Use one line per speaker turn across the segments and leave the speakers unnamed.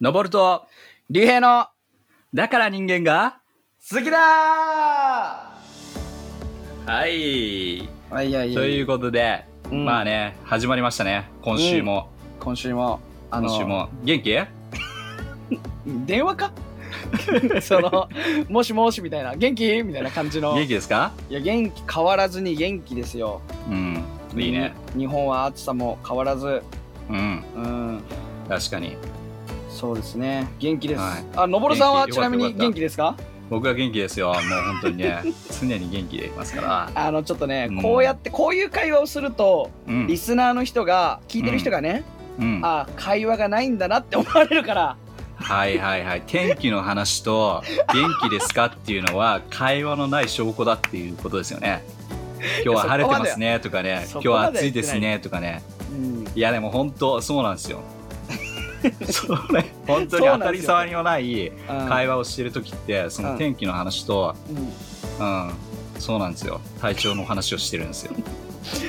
登ると、
竜兵の
だから人間が、
好きだ
はい。
ーはいはい
という
う、
ことで、
ん
まあね、始まりましたね。今週も。
今週もあの
今週も。元気
電話か そのもしもしみたいな元気みたいな感じの
元
い
気ですか
や元気変わらずに元気ですよ
うん。いいね。
に日本は暑さも変わらず
うん。
うん
確かに。
そうですね元気です、
はい
あのぼるさんは
元
ち
気
なみ
よか
に
った
元気ですか
僕は元気ですよ。もう本当に ね、常に元気でいますから。
あのちょっとね、
うん
こうやってこういう会話をすると
うん
リ。スナーの人が聞いてる人がね、
うん
あ会話がないんだなって思われるから
はいはいはい。天気の話と、元気ですかっていうのは、会話のない証拠だっていうことですよね。今日は晴れてますねとかね、
そ
今
こ
日
ま
は
で
暑いですねとかね。
うん
いやでも本当そうなんです よ。それ本当に当たり障りのない会話をしてる時ってその天気の話と、
うん
うん、そうなんですよ体調の話をしてるんですよ。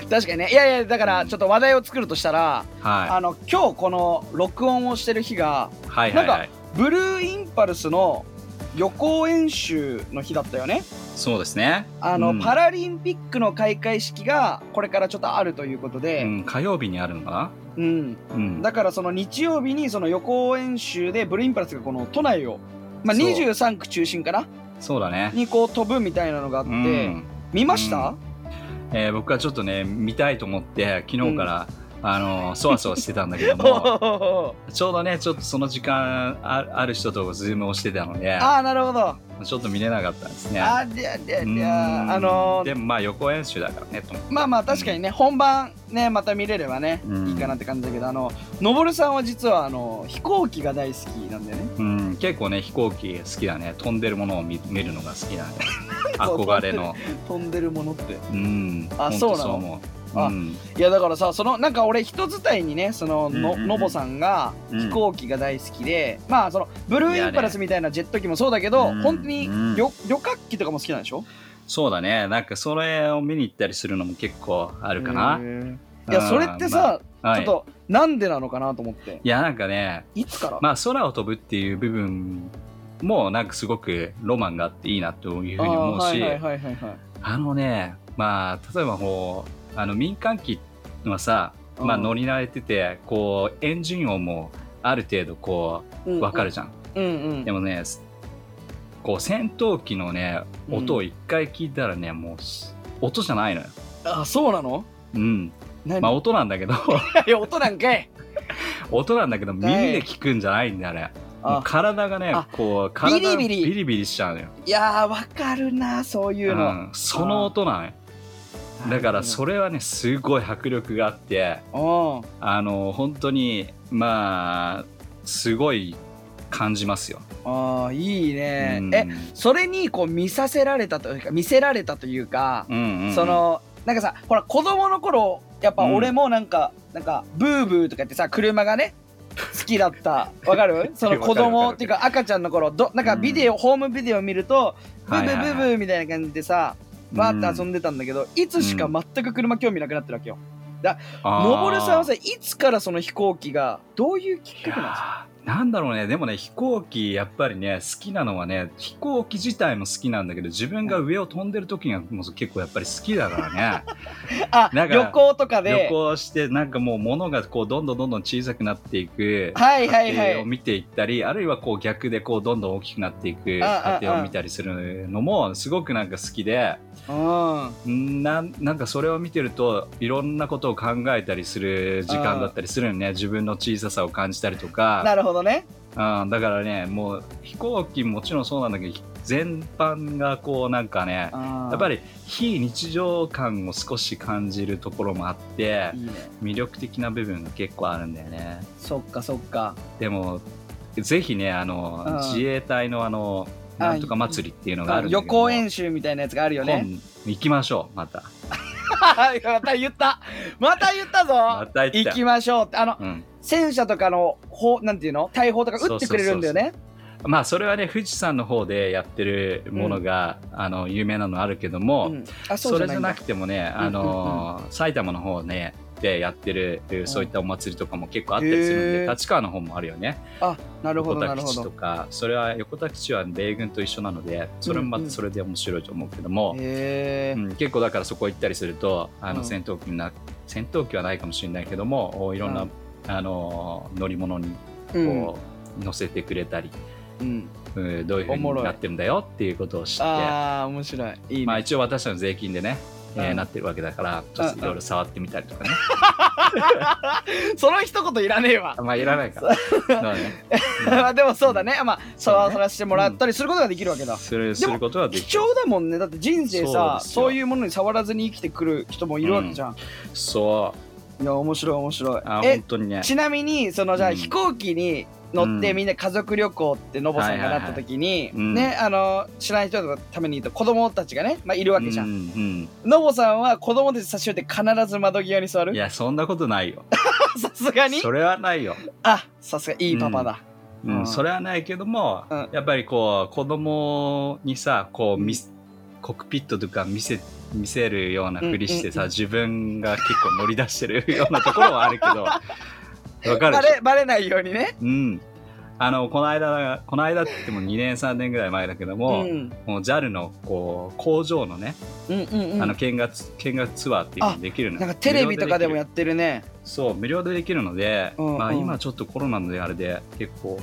確かにねいやいやだからちょっと話題を作るとしたら、
は
あの今日この録音をしてる日が
い、はいはい
な
は
ん
い
ブルーインパルスの予行演習の日だったよね
そうですね。
あの、
うん
パラリンピックの開会式がこれからちょっとあるということ
う
で、
ん、火曜日にあるのか
うん
な、うん、
だからその日曜日にその予行演習でブルーインパルスがこの都内を、まあ、
そう
23区中心かな
そうだね。
にこう飛ぶみたいなのがあっ
う
て、
ん
見ました、
えー僕はちょっとね見たいと思って昨日から、あのそわそわしてたんだけども
おー
ちょうどねちょっとその時間あある人とズームをしてたので
ああなるほど
ちょっと見れなかったんですね。
ありゃりゃ
う
り
ん
ゃあのー
でもまあ予行演習だからねと思って
まあまあ確かにね本番ねまた見れればね
うん
いいかなって感じだけどあののぼるさんは実はあの飛行機が大好きなんだよね
うん、結構ね飛行機好きだね飛んでるものを見見るのが好き なんで憧れの
飛んでるものって
うんほ
あ
んと
そうなの
思う
あ
うん
いやだからさそのなんか俺人伝いにねその
うん
の,、
うんうん
のぼさんが
うん
飛行機が大好きで、まあそのブルーインパルスみたいなジェット機もそうだけ
いや
ど、
ね
本当に
うん
旅旅客機とかも好きなんでしょ
そうだねなんかそれを見に行ったりするのも結構あ
あ
るかな、
いやそれってさ、
まあはい
ちょっとなんでなのかなと思って
いやなんかね
いつから、
まあ空を飛ぶっていう部分もなんかすごくロマンがあっていいなというふうに思うし
あーはいはいはいはいはい
あのね、まあ、例えばこう、あの民間機はさ、まあ、
うん
乗り慣れてて、こう、エンジン音もある程度こう、わかるじゃん。
うんうん
でもね、すこう、戦闘機のね、
うん
音を一回聞いたらね、もうす、音じゃないのよ。
あそうなの
うん。
何、
まあ、音なんだ けど、
いや音なんかい
音なんだけど、耳で聞くんじゃないんだよね。もう
あ
体がね
あ、
こう、体が
ビリビリ
ビリビリしちゃうのよ。
いやーわかるなそういうの、
うんその音なのよ。だから、それはね、すごい迫力があって、
うん
あの本当にまあすごい感じますよ。
あーいいね、
うん
えそれにこう見させられたというか見せられたというか、
うんうんうん
そのなんかさほら子供の頃やっぱ俺もなんか、なんかブーブーとか言ってさ車がね好きだったわ かるその子
わかるわか
供
る
っていうか赤ちゃんの頃どなんかビデオ、ホームビデオ見るとブーブーブーブーみたいな感じでさバーって遊んでたんだけど、いつしか全く車興味なくなってるわけよ。のぼるさんはさいつからその飛行機がどういうきっ
い
かけなんですか
やーなんだろうねでもね飛行機やっぱりね好きなのはね飛行機自体も好きなんだけど自分が上を飛んでる時がもう結構やっぱり好きだからね
あ
なんか
旅行とか
旅
で。
行してなんかもう物がこうどんどんどんどん小さくなっていく
はいはいは
過程を
い。
見ていったりあるいはこう逆でこうどんどん大きくなっていく
ああ
過程
あ
を見たりするのもすごくなんか好きで。
うん
なんなんかそれを見てるといろんなことを考えたりする時間だったりするよね自分の小ささを感じたりと
な
か、
るほどね。
うん、だからねもう飛行機もちろんそうなんだけど全般がこうなんかね
や
やっぱ
り
り非日常感を少し感じるところもあって
いいね。
魅力的な部分が結構あるんだよね
そっかそっか。
でもぜひねあの
うん
自衛隊のあの
あ
なんとか祭りっていうのがあるんだ
予
けど
行演習みたいなやつがあるよね。
今行きましょうまた
また言った。また言ったぞ。
また行った
行きましょうってあの
うん
戦車とかの砲なんていうの大砲とか撃ってくれるんだよね。
まあそれはね富士山の方でやってるものが、あの有名なのあるけども、
うんあ
そ
そうじ
れじ
ゃな
ゃ
いん
な
だ
く。てもねあのー、埼玉の方ねてやってる、そういったお祭りとかも結構あったりするん
へ
で
ー
立川の方もあるよね
あなるほ
横
ど
田
なる
基
ほ
地と
ど
かそれは横田基地は米軍と一緒なのでそれもま
うんう
た
ん
それで面白いと思うけども、
へえ
うん結構だからそこ行ったりするとあ
う
の
ん
戦闘機な、戦闘機はないかもしれないけどもおいろんな、
うん
あの乗り物に
うん
こう、乗せてくれたり、
うん
うん、どういう風
おもろ
に
い
なってるんだよっていうことを知って
ああ面白いいいね
まあ、一応私たちの税金でね、えー
うん
なってるわけだからちょっといろいろ触ってみたり とかね、
その一言いらねえわ
あんまあいらないからだから ね
まあでもそうだねまあ
そ
そう
だね
らせてもらったりすることができるわけだ
するすることはでき
貴
る
重だもんねだって人生
そう
さ
ですよ
そういうものに触らずに生きてくる人もいるわけじゃん
そう
いや面白い面白い
あ
え
本当にね
ちなみにそのじゃあ
うん
飛行機に乗って
うん
みんな家族旅行ってのぼさんがなった時に
いはいはい
ねあの知らない人のために言うと子供たちがねまあいるわけじゃ
うんん
のぼさんは子供たち差し置いて必ず窓際に 座
うん、い
る
やそんなことないよ
さすがに
それはないよ、
あさすがいいパパだ
うん
うん
それはないけども、
うん
やっぱりこう子供にさこう
うん
見せコックピットとか見せ見せるようなふりしてさ、
うんうんうん
自分が結構乗り出してるようなところはあるけ どわかる
バ
でしょ
レバレないようにね
うん。あの、この間、この間って言っても2年3年ぐらい前だけど
う
も、
ん
もう JAL のこう工場のね、
うんうんう
あ
ん
の見学つ見学ツアーっていうのができるの
なんかテレビとかでもや
っ
ってるね
そう、無料でできるので、
うんうん
まあ今ちょっとコロナのあれで結構、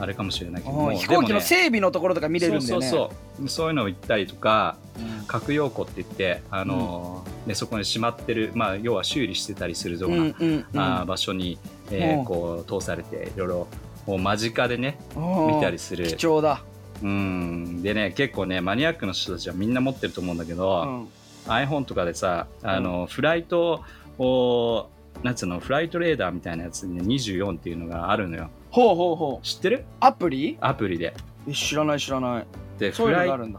あれかもしれないけども、
う
で
ん
も
飛行機の
ね
整備のところとか見れるんだよね
そうそうそう。そういうのを行ったりとか、
うん
格陽庫って言って、あのーね、そこにしまってる、まあ要は修理してたりするような、
うんうんうん
あー場所に、え
う
ー
ん
こう通されて、いろいろこう間近でね、
うん
見たりする。
貴重だ
うん。でね、結構ね、マニアックの人たちはみんな持ってると思うんだけ
う
ど、
ん
iPhone とかでさ、あの、フライトを、なんつうの、フライトレーダーみたいなやつに、ね、24っていうのがあるのよ。
ほうほうほう
知ってる
アプリ
アプリで。
え知らない知らない
で、
そう
フ
いうの
ラ
があ
イ
るんだ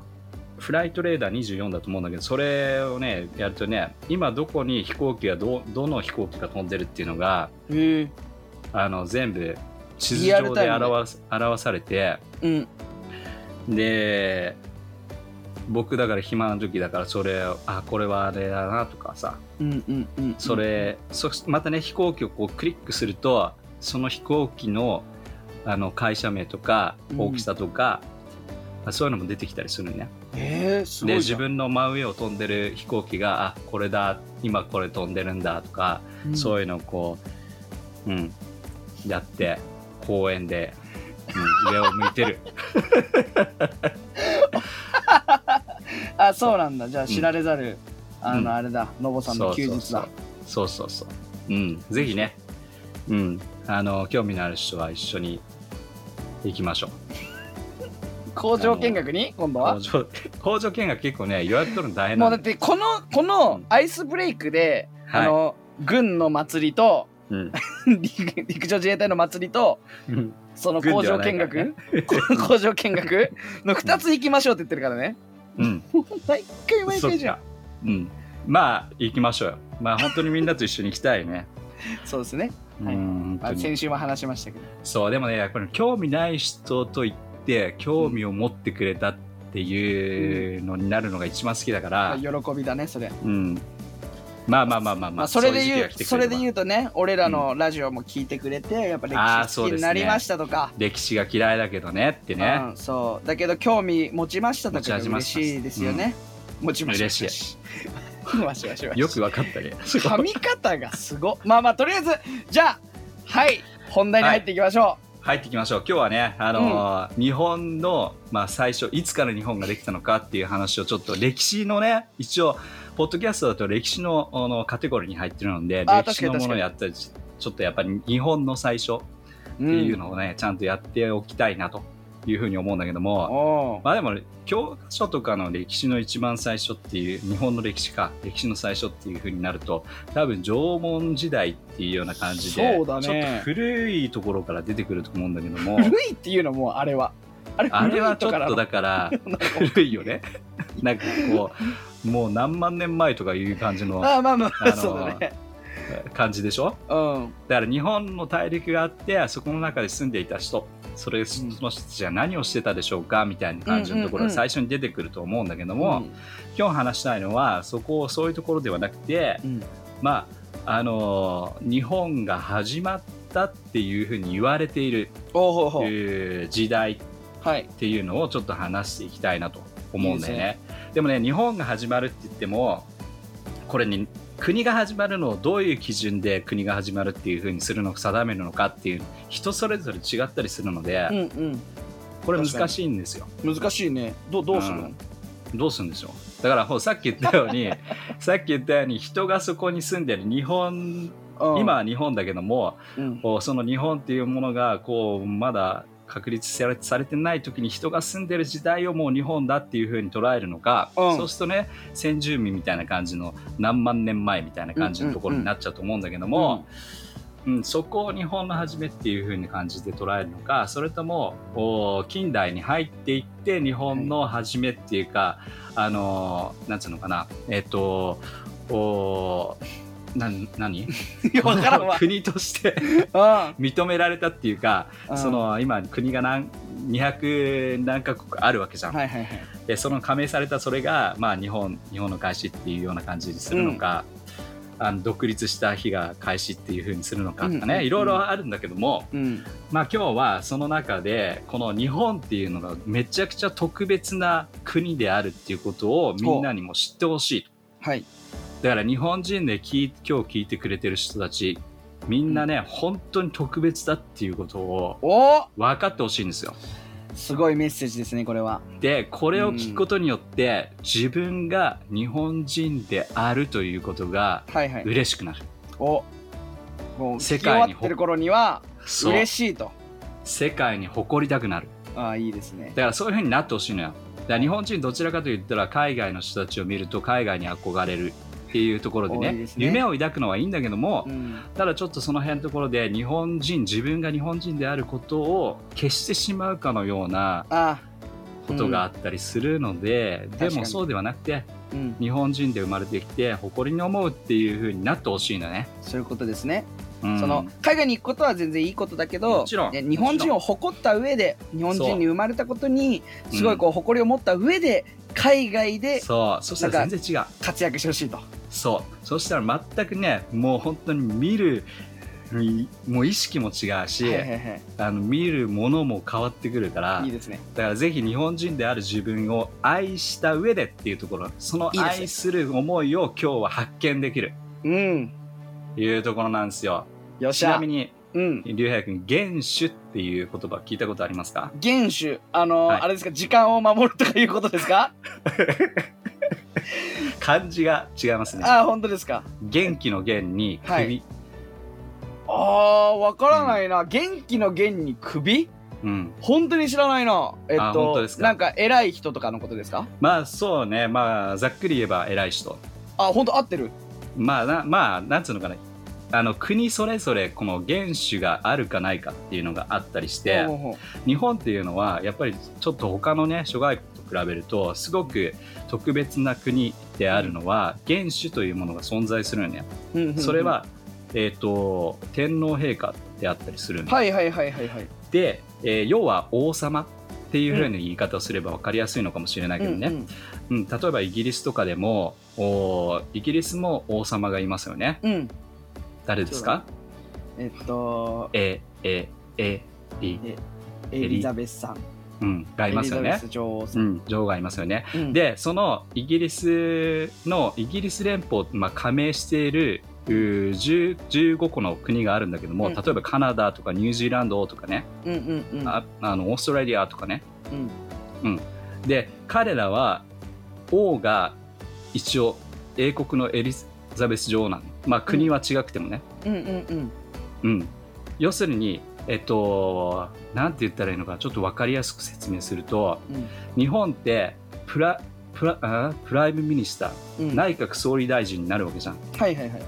フライトレーダー24だと思うんだけど、それをね、やるとね、今どこに飛行機がど、どの飛行機が飛んでるっていうのが、
へえ
あの、全部地図
リアル
上
タイ
で
ムで
表す表されて、
うん
で僕だから暇な時だからそれあこれはあれだなとかさ
うんうんうん
それ、そまたね飛行機をこうクリックするとその飛行機のあの会社名とか
うん
大きさとか、あそういうのも出てきたりするね
えー、すご
で
い
自
じゃん
分の真上を飛んでる飛行機があこれだ今これ飛んでるんだとか、
うん
そういうのをこううんやって公園で、うん、上を向いて る
あそうなんだじゃあ知られざる、あの、
うん
あれだのぼさんの休日だ
そうそうそうそうそうそううんぜひねうんあの興味のある人は一緒に行きましょう
工場見学に今度は
工場工場見学結構ね予約取るの大変
も
な
うだ
の
ってこのこ
う
の
ん
アイスブレイクで、
はい
あの軍の祭りと
うん
陸陸上自衛隊の祭りと
うん
その
軍
工
では
場
ない
見
から
学
ね、
工場見学の2つ行きましょうって言ってるからね
うん
毎回毎
そ
回
っ
じゃん
かうんまあ行きましょうよまあ本当にみんなと一緒に行きたいね
そうですね、
うん
はい
本
ま
当
あ、
に
先週も話しましたけど
そうでもねやっぱり興味ない人と行って興味を持ってくれたっていうのになるのが一番好きだから、
喜びだねそれ、
うん。まあまあまあまあま
ま
あ。
あ、それで言うそれで
う。
言うとね俺らのラジオも聞いてくれて、やっぱ歴
あー
史
そう
好き
です
に
ね
なりましたとか
歴史が嫌いだけどねってね。
うん、そうだけど興味持ちましたと
持ち
か
味
嬉
ました
しいですよね、持ちました
嬉
しいわしわしわし
よくわかったね。
噛み方がすごまあまあとりあえずじゃあはい本題に入っていきましょう、
入っていきましょう。今日はね、あのー日本の、まあ最初、いつから日本ができたのかっていう話をちょっと歴史のね、一応、ポッドキャストだと歴史のあのカテゴリーに入ってるので、
あー
歴史の
確かに確
も
か
の
に
やったり、ちょっとやっぱり日本の最初って
うん、
いうのをね、ちゃんとやっておきたいなというふうに思うんだけども、
お
まあでも教科書とかの歴史の一番最初っていう日本の歴史か歴史の最初っていう風になると多分縄文時代っていうような感じで
そうだね
ちょっと古いところから出てくると思うんだけど も
古いっていうのもあれはあれ
あれ
古
はいちょ
と
っ
から
と
の
だから古いよねなんかこうもう何万年前とかいう感じの
あまあまあ、
あのー
そうだね
感じでしょ
うん
だから日本の大陸があってそこの中で住んでいた人それその人たちが何をしてたでしょうかみたいな感じのところ
うんうんう
が最
ん
初に出てくると思うんだけども、
うん
今日話したいのはそこをそういうところではなくて
うん
まああの日本が始まったっていうふうに言われている
おうほうほう
えー時代っ
はい
ていうのをちょっと話していきたいなと思うんだよ
いい
ね。でもね日本が始まるって言ってもこれに国が始まるのをどういう基準で国が始まるっていうふうにするのか定めるのかっていう人それぞれ違ったりするので、
うん
これ難しいんですよ。
うん難しいねどうどうするの、
うんどうするんでしょうだからほらさっき言ったようにさっき言ったように人がそこに住んでる日本
うん
今、は日本だけども
うん
こうその日本っていうものがこうまだ確立されされてない時に人が住んでる時代をもう日本だっていう風に捉えるのか、
うん
そうするとね先住民みたいな感じの何万年前みたいな感じのところになっちゃうと思うんだけども、うん、そこを日本の初めっていう風に感じで捉えるのかそれともお近代に入っていって日本の初めっていうか、あのーなんつうのかなえっ、とおなん何
いや分からんわ
国として認められたっていうか、
う ん
その今国が何200何カ国あるわけじゃん、
はいはいはい
でその加盟されたそれが、まあ、日本日本の開始っていうような感じにするのか、あの独立した日が開始っていうふうにするのかとかね、
うん
いろいろあるんだけども、
うん
まあ、今日はその中でこの日本っていうのがめちゃくちゃ特別な国であるっていうことをみんなにも知ってほしいと
はい
だから日本人で聞い今日聞いてくれてる人たちみんなね、本当に特別だっていうことを
おー
分かってほしいんですよ。
すごいメッセージですねこれは
でこれを聞くことによって、自分が日本人であるということが
はいはい
嬉しくなる、
おもう
世
世
界
界
に
終わってる頃には
そう
嬉しいと
世界に誇りたくなる
ああいいですね
だからそういうふうになってほしいのよだから日本人どちらかといったら海外の人たちを見ると海外に憧れるっていうところでね
多いですね
夢を抱くのはいいんだけども、
うん
ただちょっとその辺のところで日本人自分が日本人であることを消してしまうかのような
あ
ことがあったりするので、で
確か
も
に
そうではなくて
あうん
日本人で生まれてきて誇りに思うっていう風になってほしいんだね。
そういうことですね
うん
その海外に行くことは全然いいことだけど
もちろん
ね日本人を誇った上で日本人に生まれたことに
そう
すごいこう誇りを持った上で海外で
そうそしたら全然違う
活躍してほしいと
そうそしたら全くねもう本当に見るにもう意識も違うし、
はいはいはい
あの見るものも変わってくるから
いいですね
だからぜひ日本人である自分を愛した上でっていうところその
いいですね
愛する思いを今日は発見できる
うん
というところなんですよ
よっ
ち
し
な
ゃ
みに
うん
竜兵君厳守っていう言葉聞いたことありますか
厳守あの
はい
ーあれですか時間を守るとかいうことですか
漢字が違いますね
ああ本当ですか
元気の元に首、
はいあー、わからないな。元気の元に首
うん、
本当に知らないな。えっ
あ本当
と
です、か
なんか偉い人とかのことですか
まあそうねまあざっくり言えば偉い人
あ、本当合ってる。
まあなまあなんつうのかなあの国それぞれこの元首があるかないかっていうのがあったりして、
ほうほうほ
日本っていうのはやっぱりちょっと他のね諸外国と比べるとすごく特別な国であるのは元首というものが存在するのね、
ううんうんうん
それ。は、えー、と天皇陛下であったりするの、
はいはいはいはいはい。
で、えー要は王様っていうふうな言い方をすれば分かりやすいのかもしれないけどね、
うんうん
うん例えばイギリスとかでもおーイギリスも王様がいますよね
うん。
誰ですか
えっと、
えええリ
エリザベスさん。
うんがいますよ
エリザ
ね
ベス女王さ。
うんん女王がいますよね
うん、
でそのイギリスのイギリス連邦、まあ、加盟しているうー10 15個の国があるんだけども、
うん
例えばカナダとかニュージーランドとかね、
うんうんうん。
ああのオーストラリアとかね
うん
で彼らは王が一応英国のエリザベス女王なの、まあ、国は違くてもね、
うんうんうん。
うん要するにえっとなんて言ったらいいのかちょっと分かりやすく説明すると
うん
日本ってプラプラあプライムミニスター
うん。
内閣総理大臣になるわけじゃん、
はいはいはい。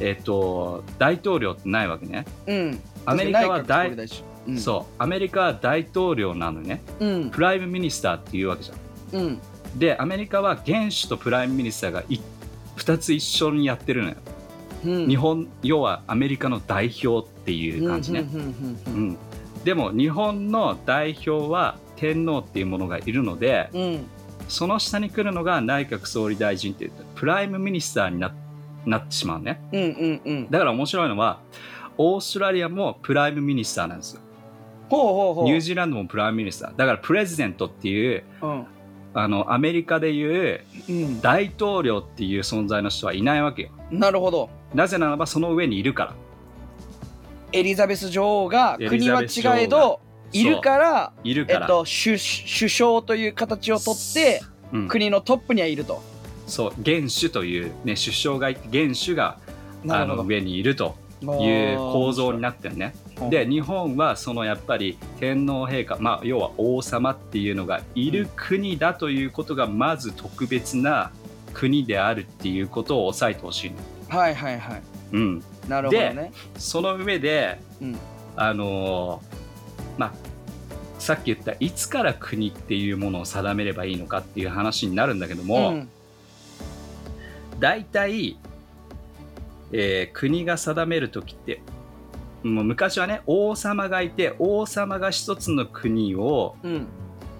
えっと大統領ってないわけね、
うん。
アメリカは大
内閣総理大臣。
そうアメリカは大統領なのね
うん。うん
プライムミニスターっていうわけじゃん
うん。
でアメリカは元首とプライムミニスターがい2つ一緒にやってるのよ、
うん。
日本要はアメリカの代表っていう感じね、
うんうんう
うん
ん
でも日本の代表は天皇っていうものがいるので
うん。うん。
その下に来るのが内閣総理大臣っていうプライムミニスターになっなってしまうね。
うんうんうん。
だから面白いのは、オーストラリアもプライムミニスターなんですよ。
ほうほうほう。
ニュージーランドもプライムミニスター。だからプレゼントっていう、
うん。
あの、アメリカでいう
うん。
大統領っていう存在の人はいないわけよ。
なるほど。
なぜならばその上にいるから。
エリザベス女王が
エリ
国
ザ
は
ベス女王が
違えど、いるから、
いる
え
から。
っと、首首相という形をとって、
うん、
国のトップにはいると。
そう元首という、ね、首相がいて元首が
な
あ
る
の
ほど。
上にいるという構造に
な
なってるね
うん。
で日本はそのやっぱり天皇陛下、まあ、要は王様っていうのがいる国だということがまず特別な国であるっていうことを押さえてほしいの、
はいはいはい。
うん、
なるほどね。
その上で、
うん
あのーまあさっき言ったいつから国っていうものを定めればいいのかっていう話になるんだけども、
うん
大体、えー国が定める時ってもう昔はね王様がいて王様が一つの国を
うん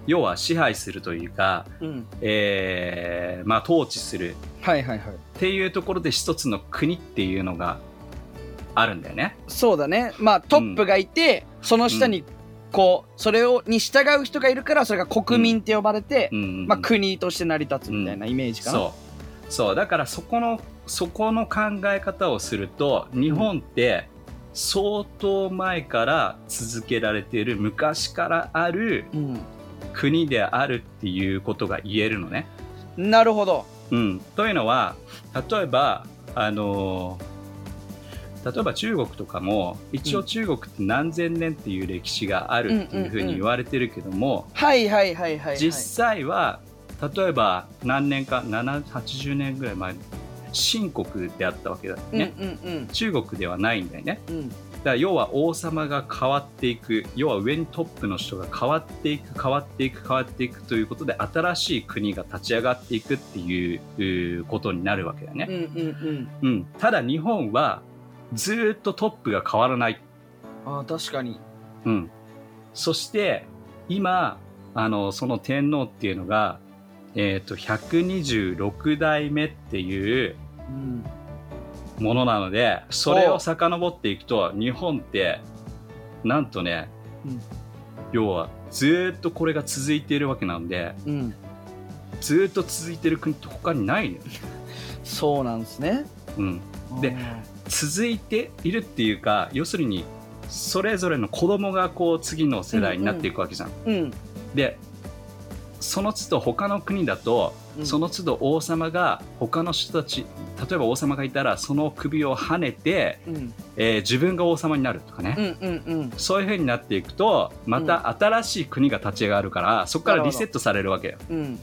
要は支配するというか、
うん。
えーまあ、統治する
はいはいはい。
っていうところで一つの国っていうのがあるんだよね。
そうだね。まあトップがいて、その下にこうそれをに従う人がいるからそれが国民って呼ばれて、
うんうんうん
まあ国として成り立つみたいなイメージかな。
そうそうだからそこのそこの考え方をすると日本って相当前から続けられている昔からある
うん。
国であるっていうことが言えるのね。
なるほど。
うん、というのは例えば、あのー例えば中国とかも一
う
応
ん
中国って何千年っていう歴史があるっていうふうに言われてるけども、
はいはいはいはい、はい。
実際は例えば何年か7 80年ぐらい前秦国であったわけだよね、
うんうん
中国ではないんだよね
うんうん。
だから要は王様が変わっていく要は上にトップの人が変わっていく変わっていく変わっていくということで新しい国が立ち上がっていくっていううーことになるわけだ
うん
ね、
うんうん。
うんただ日本はずーっとトップが変わらない、
ああ確かに。
うん、そして今あのその天皇っていうのが、えー、と126代目っていう
うん。
ものなのでそれを遡っていくと日本ってなんとね、
うん
要はずーっとこれが続いているわけなんで
うん。
ずーっと続いてる国って他にない のよ、
そうなんですね。
うん、で続いているっていうか要するにそれぞれの子供がこう次の世代になっていくわけじゃん。
うん。
でその都度他の国だと
うん
その都度王様が他の人たち例えば王様がいたらその首を跳ねて、
うん
えー自分が王様になるとかね、
うんうんうん。
そういう風になっていくとまた新しい国が立ち上がるから、そこからリセットされるわけよ
うん。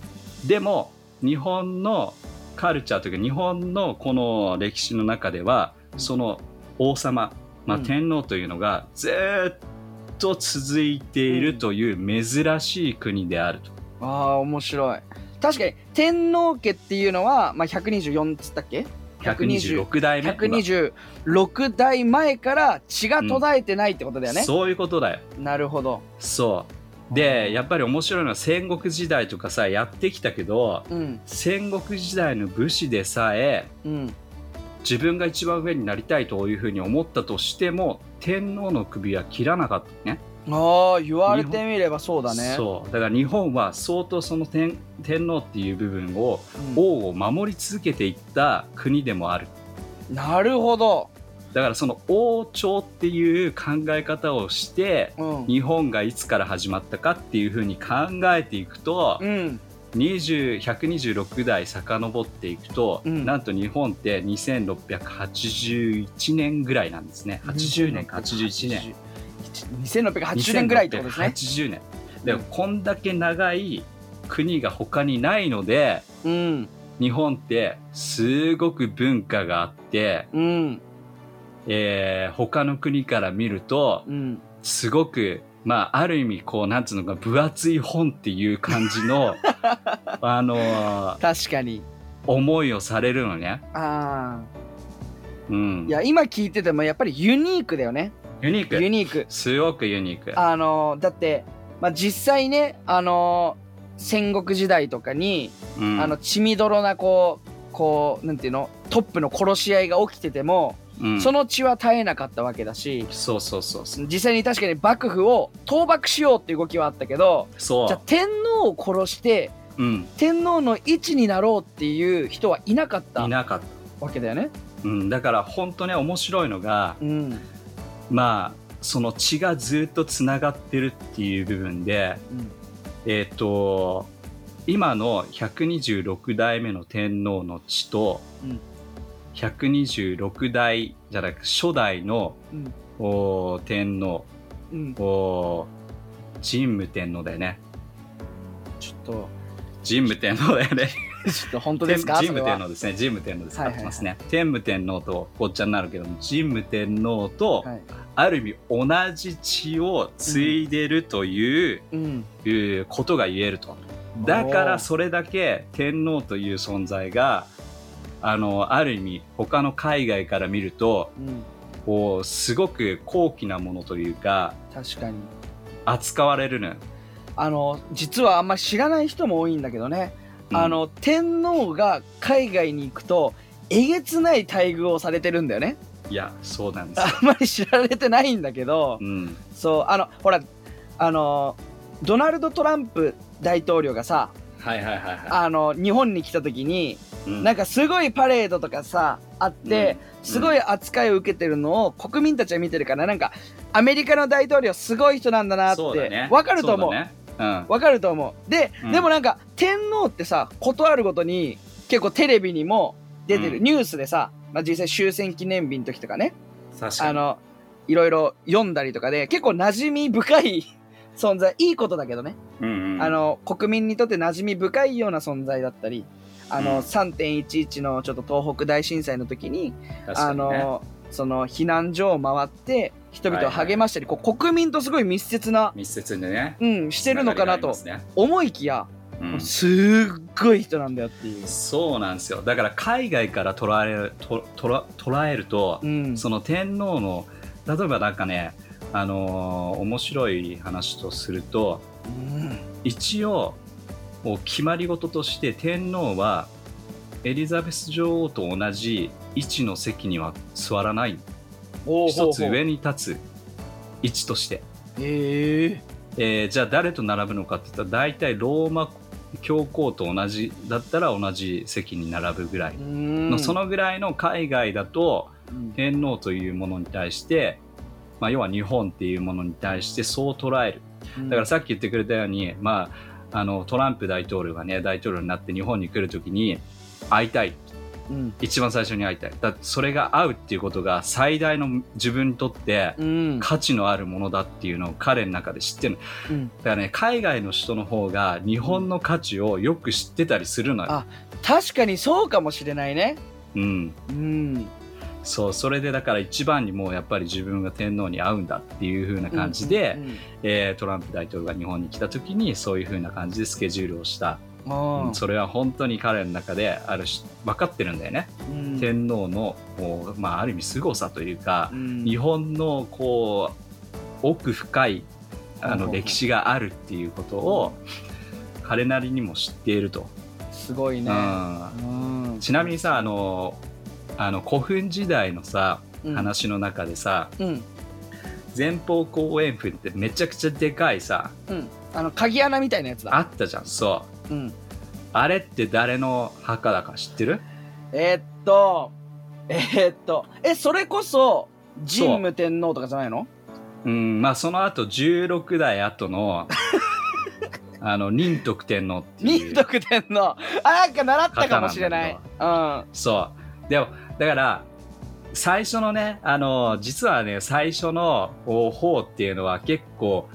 でも日本のカルチャーというか日本のこの歴史の中ではその王様、まあ、
うん
天皇というのがずっと続いているという珍しい国であると。
ああ面白い。確かに天皇家っていうのはまあ124っつったっけ？
126代目
126代前から血が途絶えてないってことだよね、
そういうことだよ
なるほど
そうでやっぱり面白いのは戦国時代とかさやってきたけど
うん
戦国時代の武士でさえ
うん
自分が一番上になりたいというふうに思ったとしても天皇の首は切らなかったね
ああ言われてみればそうだね
そうだから日本は相当その天天皇っていう部分を
うん
王を守り続けていった国でもある
なるほど、
だからその王朝っていう考え方をして
うん、
日本がいつから始まったかっていうふうに考えていくと
うん
20 126代遡っていくと、
うん
なんと日本って2681年ぐらいなんですね80年か81年
2680年ぐらいってことですね
80年でもこんだけ長い国が他にないので
うん
日本ってすごく文化があって、
うん
えー他の国から見ると
うん
すごくまあある意味こうなんつうのか分厚い本っていう感じ のあのー
確かに
思いをされるのね。
ああ
うん
い、や今聞いててもやっぱりユニークだよね
ユニー
ユ
ク
ニーク
すごくユニーク。
あのだって、まあ、実際ねあの戦国時代とかに
うん
あの血みどろなこうこうなんていうのトップの殺し合いが起きてても、
うん
その血は絶えなかったわけだし
そうそうそうそう
実際に確かに幕府を倒幕しようっていう動きはあったけど
そ
じゃあ天皇を殺して
う、うん、
天皇の位置になろうっていう人はいなかった
いなかった、
わけだよね。
うん、だから本当ね面白いのが
うん
まあその血がずっとつながってるっていう部分でえっ、と今の126代目の天皇の血と、
うん
126代じゃなく初代の
うん
おー天皇
うん、
おー神武天皇だよね
ちょっと、
神武天皇だよね
ちょっと本当で すか
神
それ
武天
は
皇ですね神武天皇です、
はいはい
合っ
はい
てますね天武天皇とごっちゃになるけども神武天皇と、
はい
ある意味同じ血を継いでるという、
うん、
いうことが言えるとだか
お
ら
ー
それだけ天皇という存在があのある意味他の海外から見ると
うん、
こうすごく高貴なものというか
確かに。
扱われるのよ、
あの実はあんまり知らない人も多いんだけどね、
うん
あの天皇が海外に行くとえげつない待遇をされてるんだよね
いやそうなんですよ、
あんまり知られてないんだけど
うん
そうあのほらあのドナルド・トランプ大統領がさ
はいはいはいは
あの日本に来た時に
い、うん
なんかすごいパレードとかさあって、すごい扱いを受けてるのを国民たちは見てるからなんかアメリカの大統領すごい人なんだなって
そうだね
わかると思う
そだねうん
わかると思うで、
うん
でもなんか天皇ってさことあるごとに結構テレビにも出てる、
うん
ニュースでさ、まあ、実際終戦記念日の時とかね
確かに
あのいろいろ読んだりとかで結構馴染み深い 存在いいことだけどね、
うんうん
あの国民にとって馴染み深いような存在だったりあの、
うん
3.11のちょっと東北大震災の時に
確か
あ
にね
のその避難所を回って人々を励ましたり、こう国民とすごい密接な、
密接にね
うん、してるのかなと
つがりがあり
思いきや、
ますねうん
すっごい人なんだよっていう。
そうなんですよだから海外から捉えるととら捉えると、
うん、
その天皇の例えばなんかね、あのー面白い話とすると
うん
一応もう決まり事として天皇はエリザベス女王と同じ位置の席には座らない
おー
一つ
ほうほう
上に立つ位置として、
ええ
えーじゃあ誰と並ぶのかって言ったら大体ローマ教皇と同じだったら同じ席に並ぶぐらいのそ、のぐらいの海外だと
うん
天皇というものに対して、まあ、要は日本っていうものに対してそう捉えるだから、さっき言ってくれたように、まあ、あのトランプ大統領がね大統領になって日本に来るときに会いたい
うん
一番最初に会いたいだってそれが会うっていうことが最大の自分にとって
うん
価値のあるものだっていうのを彼の中で知ってる
うん
だからね海外の人の方が日本の価値をよく知ってたりするのよ
あ、確かにそうかもしれないね。
うん、
うん、
そうそれでだから一番にもうやっぱり自分が天皇に会うんだっていう風な感じで、えートランプ大統領が日本に来た時にそういう風な感じでスケジュールをした、
うんうん、
それは本当に彼の中であるし分かってるんだよね、
うん、
天皇のこう、まあ、ある意味凄さというか
う、ん、
日本のこう奥深いあ
ほうほうほ
の
う
歴史があるっていうことを彼なりにも知っていると。
すごいね。
うん
うん
ちなみにさあのあの古墳時代のさ
うん
話の中でさ、
うん、
前方後円墳ってめちゃくちゃでかいさ
うん、あの鍵穴みたいなやつだ。
あったじゃんそう
うん、
あれって誰の墓だか知ってる
えーっと、えーっと、え、それこそ神武天皇とかじゃないの？
うんまあその後16代後 のあの仁徳天皇っていう
仁徳天皇、あ、なんか習ったかもしれない。うん。
そうでもだから最初のねあの実はね最初の方っていうのは結構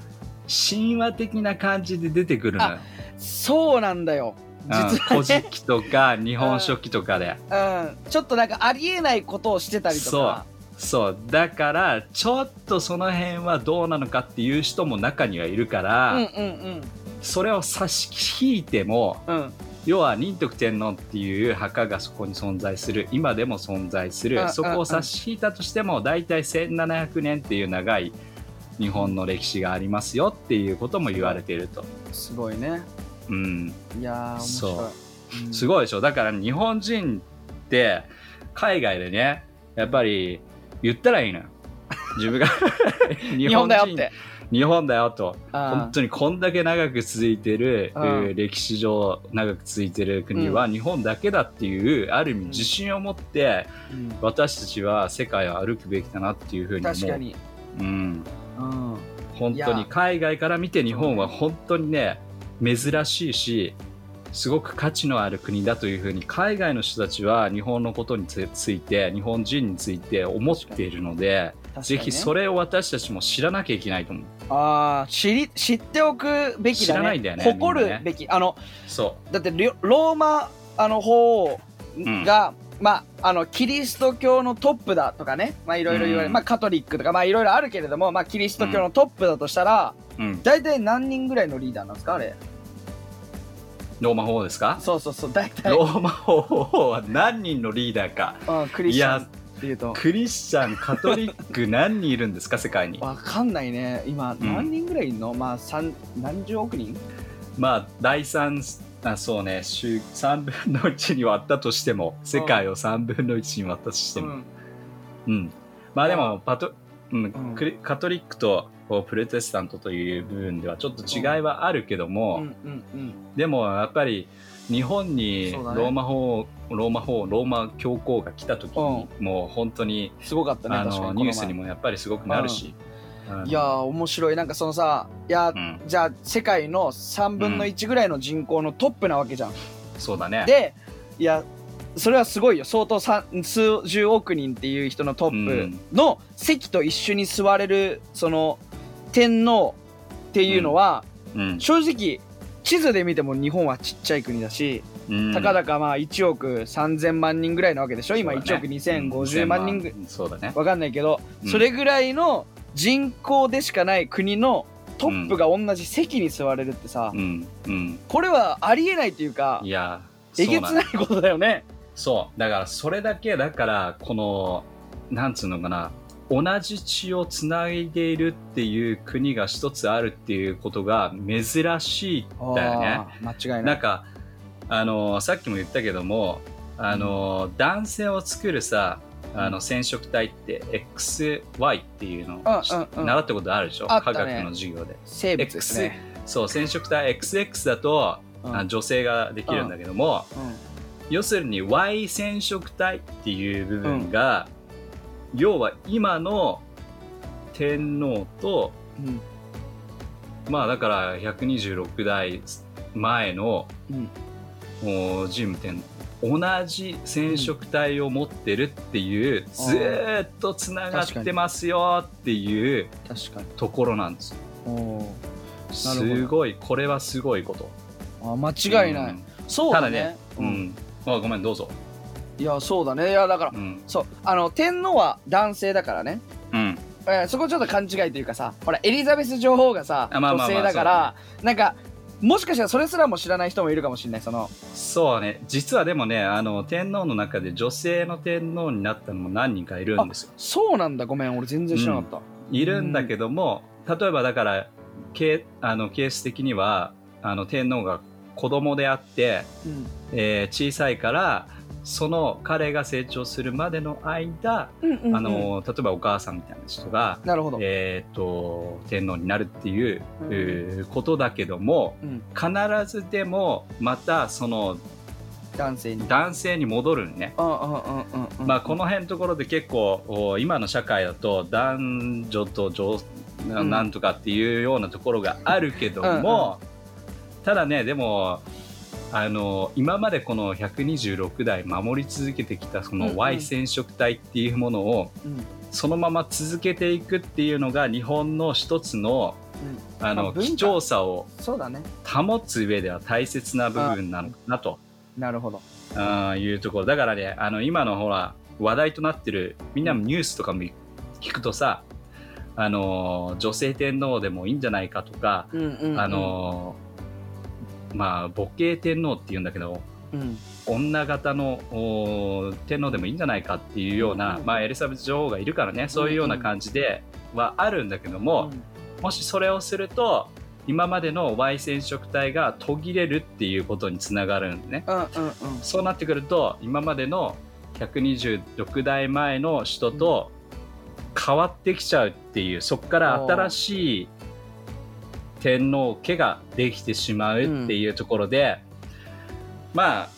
神話的な感じで出てくるのよ、
そうなんだよ
うん
実は
古事
ね、
記と か日本書紀とかで、
うん、ちょっとなんかありえないことをしてたりとか
そうだからちょっとその辺はどうなのかっていう人も中にはいるか
う
ら、
んうん
それを差し引いても
うんうん
要は仁徳天皇っていう墓がそこに存在する今でも存在す
うん
るそこを差し引いたとしても大体1700年っていう長い日本の歴史がありますよっていうことも言われていると。
すごいね
うん、
いやー面白い
そすごいでしょだから日本人って海外でねやっぱり言ったらいいのよ自分が
日本だよって
日本だよと
あー
本当にこんだけ長く続いてる
うん
えー歴史上長く続いてる国は日本だけだっていうある意味
うん
自信を持って
うん
私たちは世界を歩くべきだなっていうふうに思う
確かに、
うん、
うん、
本
い
当に
や
海外から見て日本は本当にね珍しいしすごく価値のある国だというふうに海外の人たちは日本のことにつついて日本人について思っているので、
確かにね
ぜひそれを私たちも知らなきゃいけないと思う
ああ知り知っておくべき
知
だね
らないんだよね
誇
みんなね
るべき、あの
そ
だってロローマあの法王
ん
が、まああのキリスト教のトップだとかねまあいろいろ言われ、
うん
まあカトリックとかまあいろいろあるけれどもまあキリスト教のトップだとしたら、
う、うん、
大体何人ぐらいのリーダーなんですかあれ
ローマ法王ですか
そうそうそう大体、
ローマ法王は何人のリーダーか
うん、クリスチャンっていうと
クリスチャンカトリック何人いるんですか世界に
わかんないね今
ん
何人ぐらいいんの、まあ三何十億人
まあ第三あそうね週3分の1に割ったとしても世界を3分の1に割ったとしても、うんまあでもパト、うん
ん
クリカトリックとこうプロテスタントという部分ではちょっと違いはあるけど
うん
も、
うんうん
でもやっぱり日本にロ
そうだね
ーマ法、ローマ法ローマ教皇が来た時に、もう本当に
すごかったね
あ
確かにこ
の
の
ニ
前
ュースにもやっぱりすごくなるし、うん
いやー面白いなんかそのさいやー、
うん
じゃあ世界の3分の1ぐらいの人口のトップなわけじゃん。
そうだね
でいやそれはすごいよ相当さん数十億人っていう人のトップの席と一緒に座れるその天皇っていうのは、
うん
正直地図で見ても日本はちっちゃい国だし、
うん
たかだかまあ1億3000万人ぐらいなわけでしょ今
そうだ
1
ね
億2050万人ぐ
うんそうだね
わかんないけど、
うん
それぐらいの人口でしかない国のトップが同じ席に座れるってさ、
うんうん
これはありえないというか
いや
えげつないいことだよね。
そうだからそれだけだからこのなんつうのかな同じ血をつないでいるっていう国が一つあるっていうことが珍しいんだよね
あー間違いな
なん
い。
かあのさっきも言ったけどもあの男性を作るさあの染色体って XY っていうの
うん
し
うんうん
習ったことあるでしょ
あ
科
ったね
学の授業で
生物ですね。
そう染色体 XX だと
うん
あ女性ができるんだけども、
うん
要するに Y 染色体っていう部分が、要は今の天皇と
うん
まあだから126代前の、
うん
もう神武天同じ染色体を持ってるっていう、ずーっとつながってますよっていう
確かに。
ところなんですよ
おーなるほど
すごいこれはすごいこと
あー間違いない。
うん
そう
た
だ
だ
ね
ね。う
うん
んあごめんどうぞ
いやそうだね。いやだから
うん
そうあの天皇は男性だからね。
うん
えーそこちょっと勘違いというかさほらエリザベス女王がさ
あまあまあまあ
女性だから、なんかもしかしたらそれすらも知らない人もいるかもしれないその
そうね実はでもねあの天皇の中で女性の天皇になったのも何人かいるんですよ
そうなんだごめん俺全然知らなかっ
いるんだけども、例えばだからケあのケース的にはあの天皇が子供であって、
た、うん
えー小さいからその彼が成長するまでの間、
うんうんうん
あの例えばお母さんみたいな人が、
なるほど、
えー、と天皇になるっていう、
うん
えーことだけども
うん、
必ずでもまたその
男性に
男性に戻るね。
うんうんうんうんうん
まあ、この辺のところで結構お今の社会だと男女と女な
うん
なんとかっていうようなところがあるけども、ただねでもあの今までこの126代守り続けてきたそ
うんう
の
ん
Y 染色体っていうものを
うんうん
そのまま続けていくっていうのが日本の一つのあ
まあ
の
文化
貴重さを
そうだね
保つ上では大切な部分なのかなと。
なるほど
あーいうところだからねあの今のほら話題となってるみんなのニュースとかも聞くとさ、あのー女性天皇でもいいんじゃないかとか、
うんうん、うん、
あのーまあ母系天皇っていうんだけど
うん
女型のおー天皇でもいいんじゃないかっていうような、
うん
まあ、エリザベス女王がいるからねそういうような感じではあるんだけども、もしそれをすると今までの Y 染色体が途切れるっていうことにつながるんですね。
うんうんうん
そうなってくると今までの126代前の人と変わってきちゃうっていうそこから新しい天皇家ができてしまうっていうところで、まあ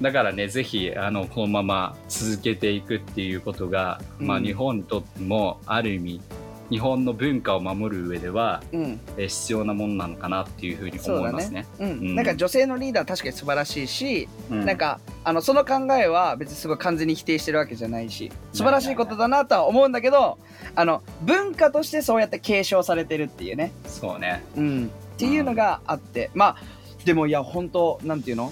だからねぜひあのこのまま続けていくっていうことが、まあ、
うん
日本にとってもある意味日本の文化を守る上では
うん
え必要なものなのかなっていうふうに思いますね。
うん、なんか女性のリーダー確かに素晴らしいし、
うん
なんかあのその考えは別にすごい完全に否定してるわけじゃないし素晴らしいことだなとは思うんだけどあの文化としてそうやって継承されてるっていうね、
そうね、
うん、っていうのがあってまあでもいや本当なんていうの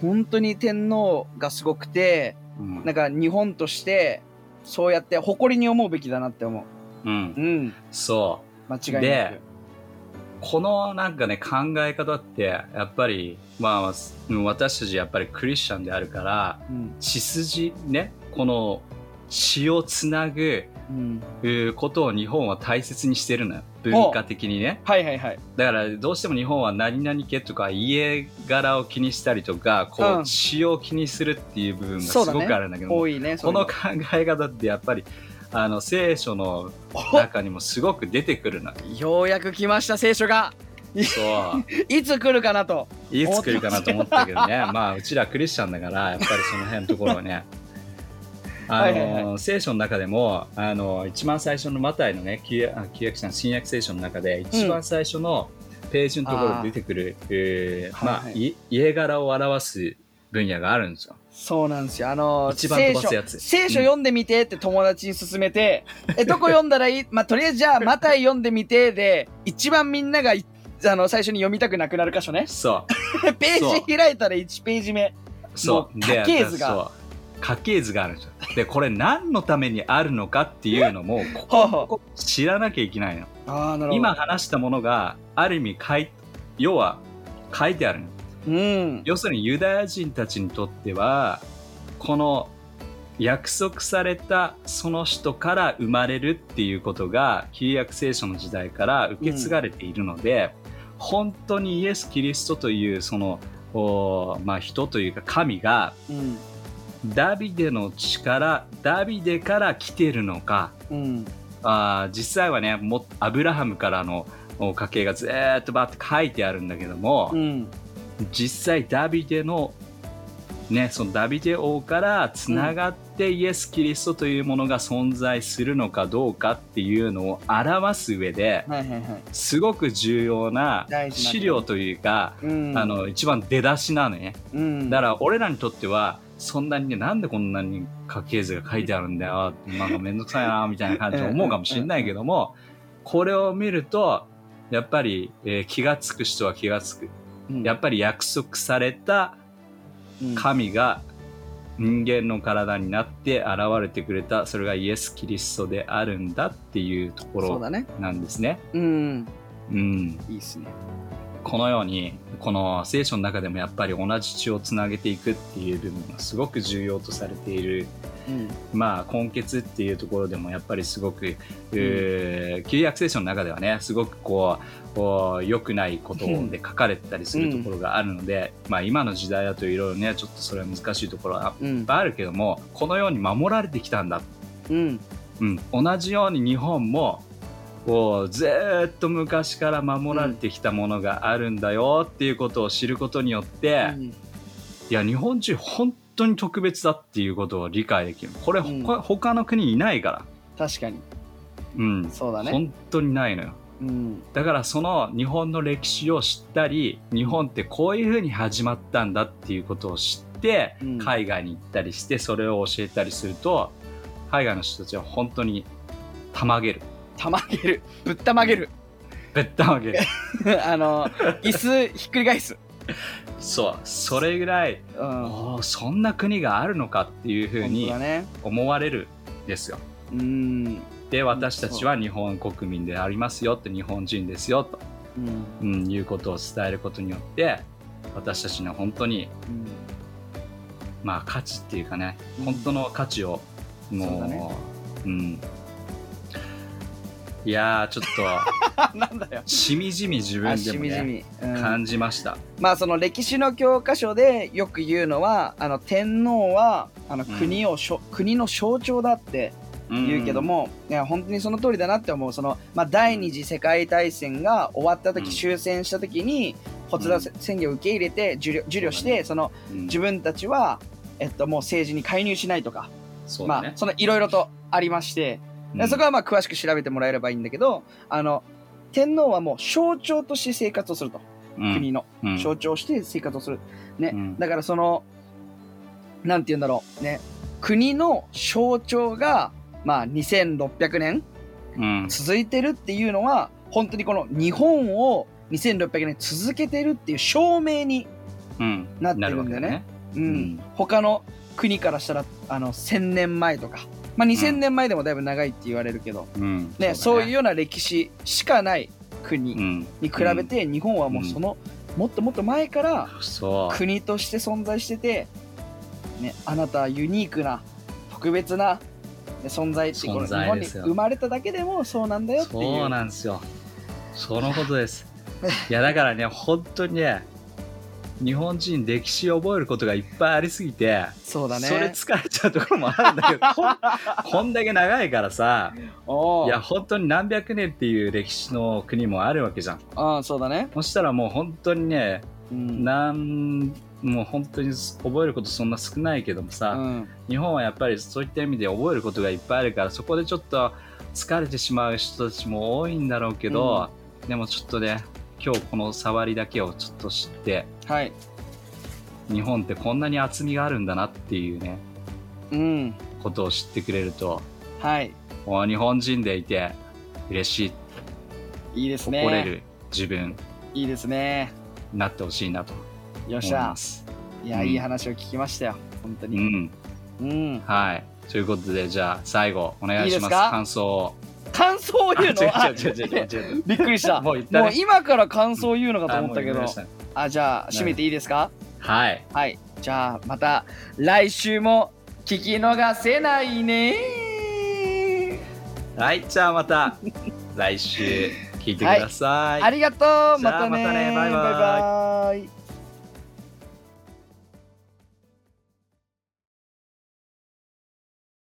本当に天皇がすごくて
うん
なんか日本としてそうやって誇りに思うべきだなって思
う
う。
ん、
うん
そう
間違いな
でこのなんかね考え方ってやっぱりまあ私たちやっぱりクリスチャンであるから
く。うん
血筋ねこの血をつなぐ
うん、
うーことを日本は大切にしてるのよ文化的にね
はいはいはい。
だからどうしても日本は何々家とか家柄を気にしたりとかこう、
うん
血を気にするっていう部分がす
そうだね
ごくあるんだけど
多いね。
この考
そう
え方ってやっぱりあの聖書の
いう
中にもすごく出てくる のよ
のおようやく来ました聖書が。
そう
いつ来るかなと。
いつ来るかなと思ったけどね まあうちらクリスチャンだからやっぱりその辺のところはねあの、
はいはい
聖書の中でもあの一番最初のマタイのね旧約あ旧約者の新約聖書の中で一番最初のページのところに出てくる、えーまあ、
はいいはい
家柄を表す分野があるんですよ。
そうなんですよ。あのー
一番飛ばすやつ
聖書聖書読んでみてって友達に勧 めて、えどこ読んだらいい？ まあとりあえずじゃあマタイ読んでみてで一番みんながい あの最初に読みたくなくなる箇所ね。
そ
ページ開いたら1ページ目。
うそう
もう家系図が
そう家系図があるんですよ。でこれ何のためにあるのかっていうのもこ
ほうほう。
こ知らなきゃいけないの。
ああなるほど。
今話したものがある意味書い要は書いてあるの
うん。
要するにユダヤ人たちにとってはこの約束されたその人から生まれるっていうことが旧約聖書の時代から受け継がれているので、本当にイエス・キリストというその、おまあ、人というか神が
うん。
ダビデの力ダビデから来てるのか
うん。
あー実際はねもアブラハムからのお家系がずーっとバーって書いてあるんだけども、
うん。
実際ダビデのねそのダビデ王からつながってイエス・キリストというものが存在するのかどうかっていうのを表す上で
はいはいはい。
すごく重要な
大事な
資料というか、
うん。
あの一番出だしなのね。
うん。
だから俺らにとってはそんなにねなんでこんなに家系図が書いてあるんだよなんかめんどくさいなみたいな感じで思うかもしれないけどもこれを見るとやっぱり、えー気がつく人は気がつく
うん
やっぱり約束された
うん
神が人間の体になって現れてくれたそれがイエス・キリストであるんだっていうとこ
そう
ろ
だね。
なんですね。
うん。
うん、
いいっすね。
このようにこの聖書の中でもやっぱり同じ血をつなげていくっていう部分がすごく重要とされている、
うん。
まあ、根血っていうところでもやっぱりすごく、えー旧約聖書の中ではねすごくこうこう良くないことで書かれてたりするところがあるので、まあ、今の時代だといろいろねちょっとそれは難しいところは
うん
いっ。ぱいあるけどもこのように守られてきたんだ、
うん。
うん、同じように日本もこうずーっと昔から守られてきたものがあるんだよっていうことを知ることによって、
うん
いや日本人本当に特別だっていうことを理解できるこれ、
うん
ほか他の国いないから、
確かに。
うん
そうだね。
本当にないのよ
うん。
だからその日本の歴史を知ったり日本ってこういうふうに始まったんだっていうことを知って、
うん
海外に行ったりしてそれを教えたりすると海外の人たちは本当にたまげる
たまげる。ぶったまげる。
べったまげる
あの、椅子ひっくり返す。
そうそれぐらい
うん。本
おーそんな国があるのかっていうふ
当
うに
だね。
思われるんですよ
うん。
で私たちは日本国民でありますよって日本人ですよと、
うん。
うん、いうことを伝えることによって私たちの本当に
うん
まあ価値っていうかね、
うん
本当の価値をもう
そうだね
うんいやーちょっ
あなんだよ
としみじみ自分
あ
で
し
も、
みじ
ね、
み、うん
感じました
まあその歴史の教科書でよく言うのはあの天皇はあの
うん
国をしょ、国の象徴だって言うけど、も、いや本当にその通りだなって思うその、まあ、第二次世界大戦が終わった時、
うん
終戦した時にポツダ宣言を受け入れて受領受領して、その
うん
自分たちは、えっと、もう政治に介入しないとか
そう
ま
だ
あ
ね、
そのいろいろとありまして、
う
で
ん
そこはまあ詳しく調べてもらえればいいんだけどあの天皇はもう象徴として生活をすると、国の
うん
象徴して生活をする、ね
うん
だからそのなんて言うんだろうね国の象徴がまあ2600年
うん
続いてるっていうのは本当にこの日本を2600年続けてるっていう証明に、
うん
なって
なる
る
わ
ん
け
だよ
だ
ね
ね
うん
うん
他の国からしたらあの1000年前とか、まあ、2000年前でもだいぶ長いって言われるけど、
うん
ねそういう
う
ような歴史しかない国
だ
に
ね
比べて日本はもうその、もっともっと前から
うんそう
国として存在してて、ね、あなたはユニークな特別なね存在ってこの
存
日
在
本
で
に
すよ
生まれただけでもそうなんだよっていう
そうなんですよそのことですいやだからね本当にね日本人歴史を覚えることがいっぱいありすぎて
そうだね
それ疲れちゃうところもあるんだ けどこんこんだけ長いからさ
お
い
い
や本当に何百年っていう歴史の国もあるわけじゃん
ああそうだね、
そしたらもう本当にね
うん
なんもう本当に覚えることそんな少ないけども
う
さ、
ん
日本はやっぱりそういった意味で覚えることがいっぱいあるからそこでちょっと疲れてしまう人たちも多いんだろうけど、でもちょっとね今日この触りだけをちょっと知って
はい
日本ってこんなに厚みがあるんだなっていうね
うん
ことを知ってくれると
はい
もう日本人でいて嬉しい
いいですね
誇れる自分
いいですね
になってほしいなと
よ
思
っし
い
ゃ
ます。
いや、
うん
いい話を聞きましたよ本当
う
に
ん
うん
はい、ということでじゃあ最後お願いし
いいです
ます
か
感想を。
感想を言うの
あ
あ
違う違う違う違う違う
びっくりした
も
も
う
う
言ったね
今から感想を言うのかと思ったけど
あもう言いましたね
あじゃあ締めていいですか
はい
はい、じゃあまた来週も聞き逃せないね
はいじゃあまた来週聞いてください
ありがとう
じ
ま
ゃあ
たね
またねバイバイ
バイバイ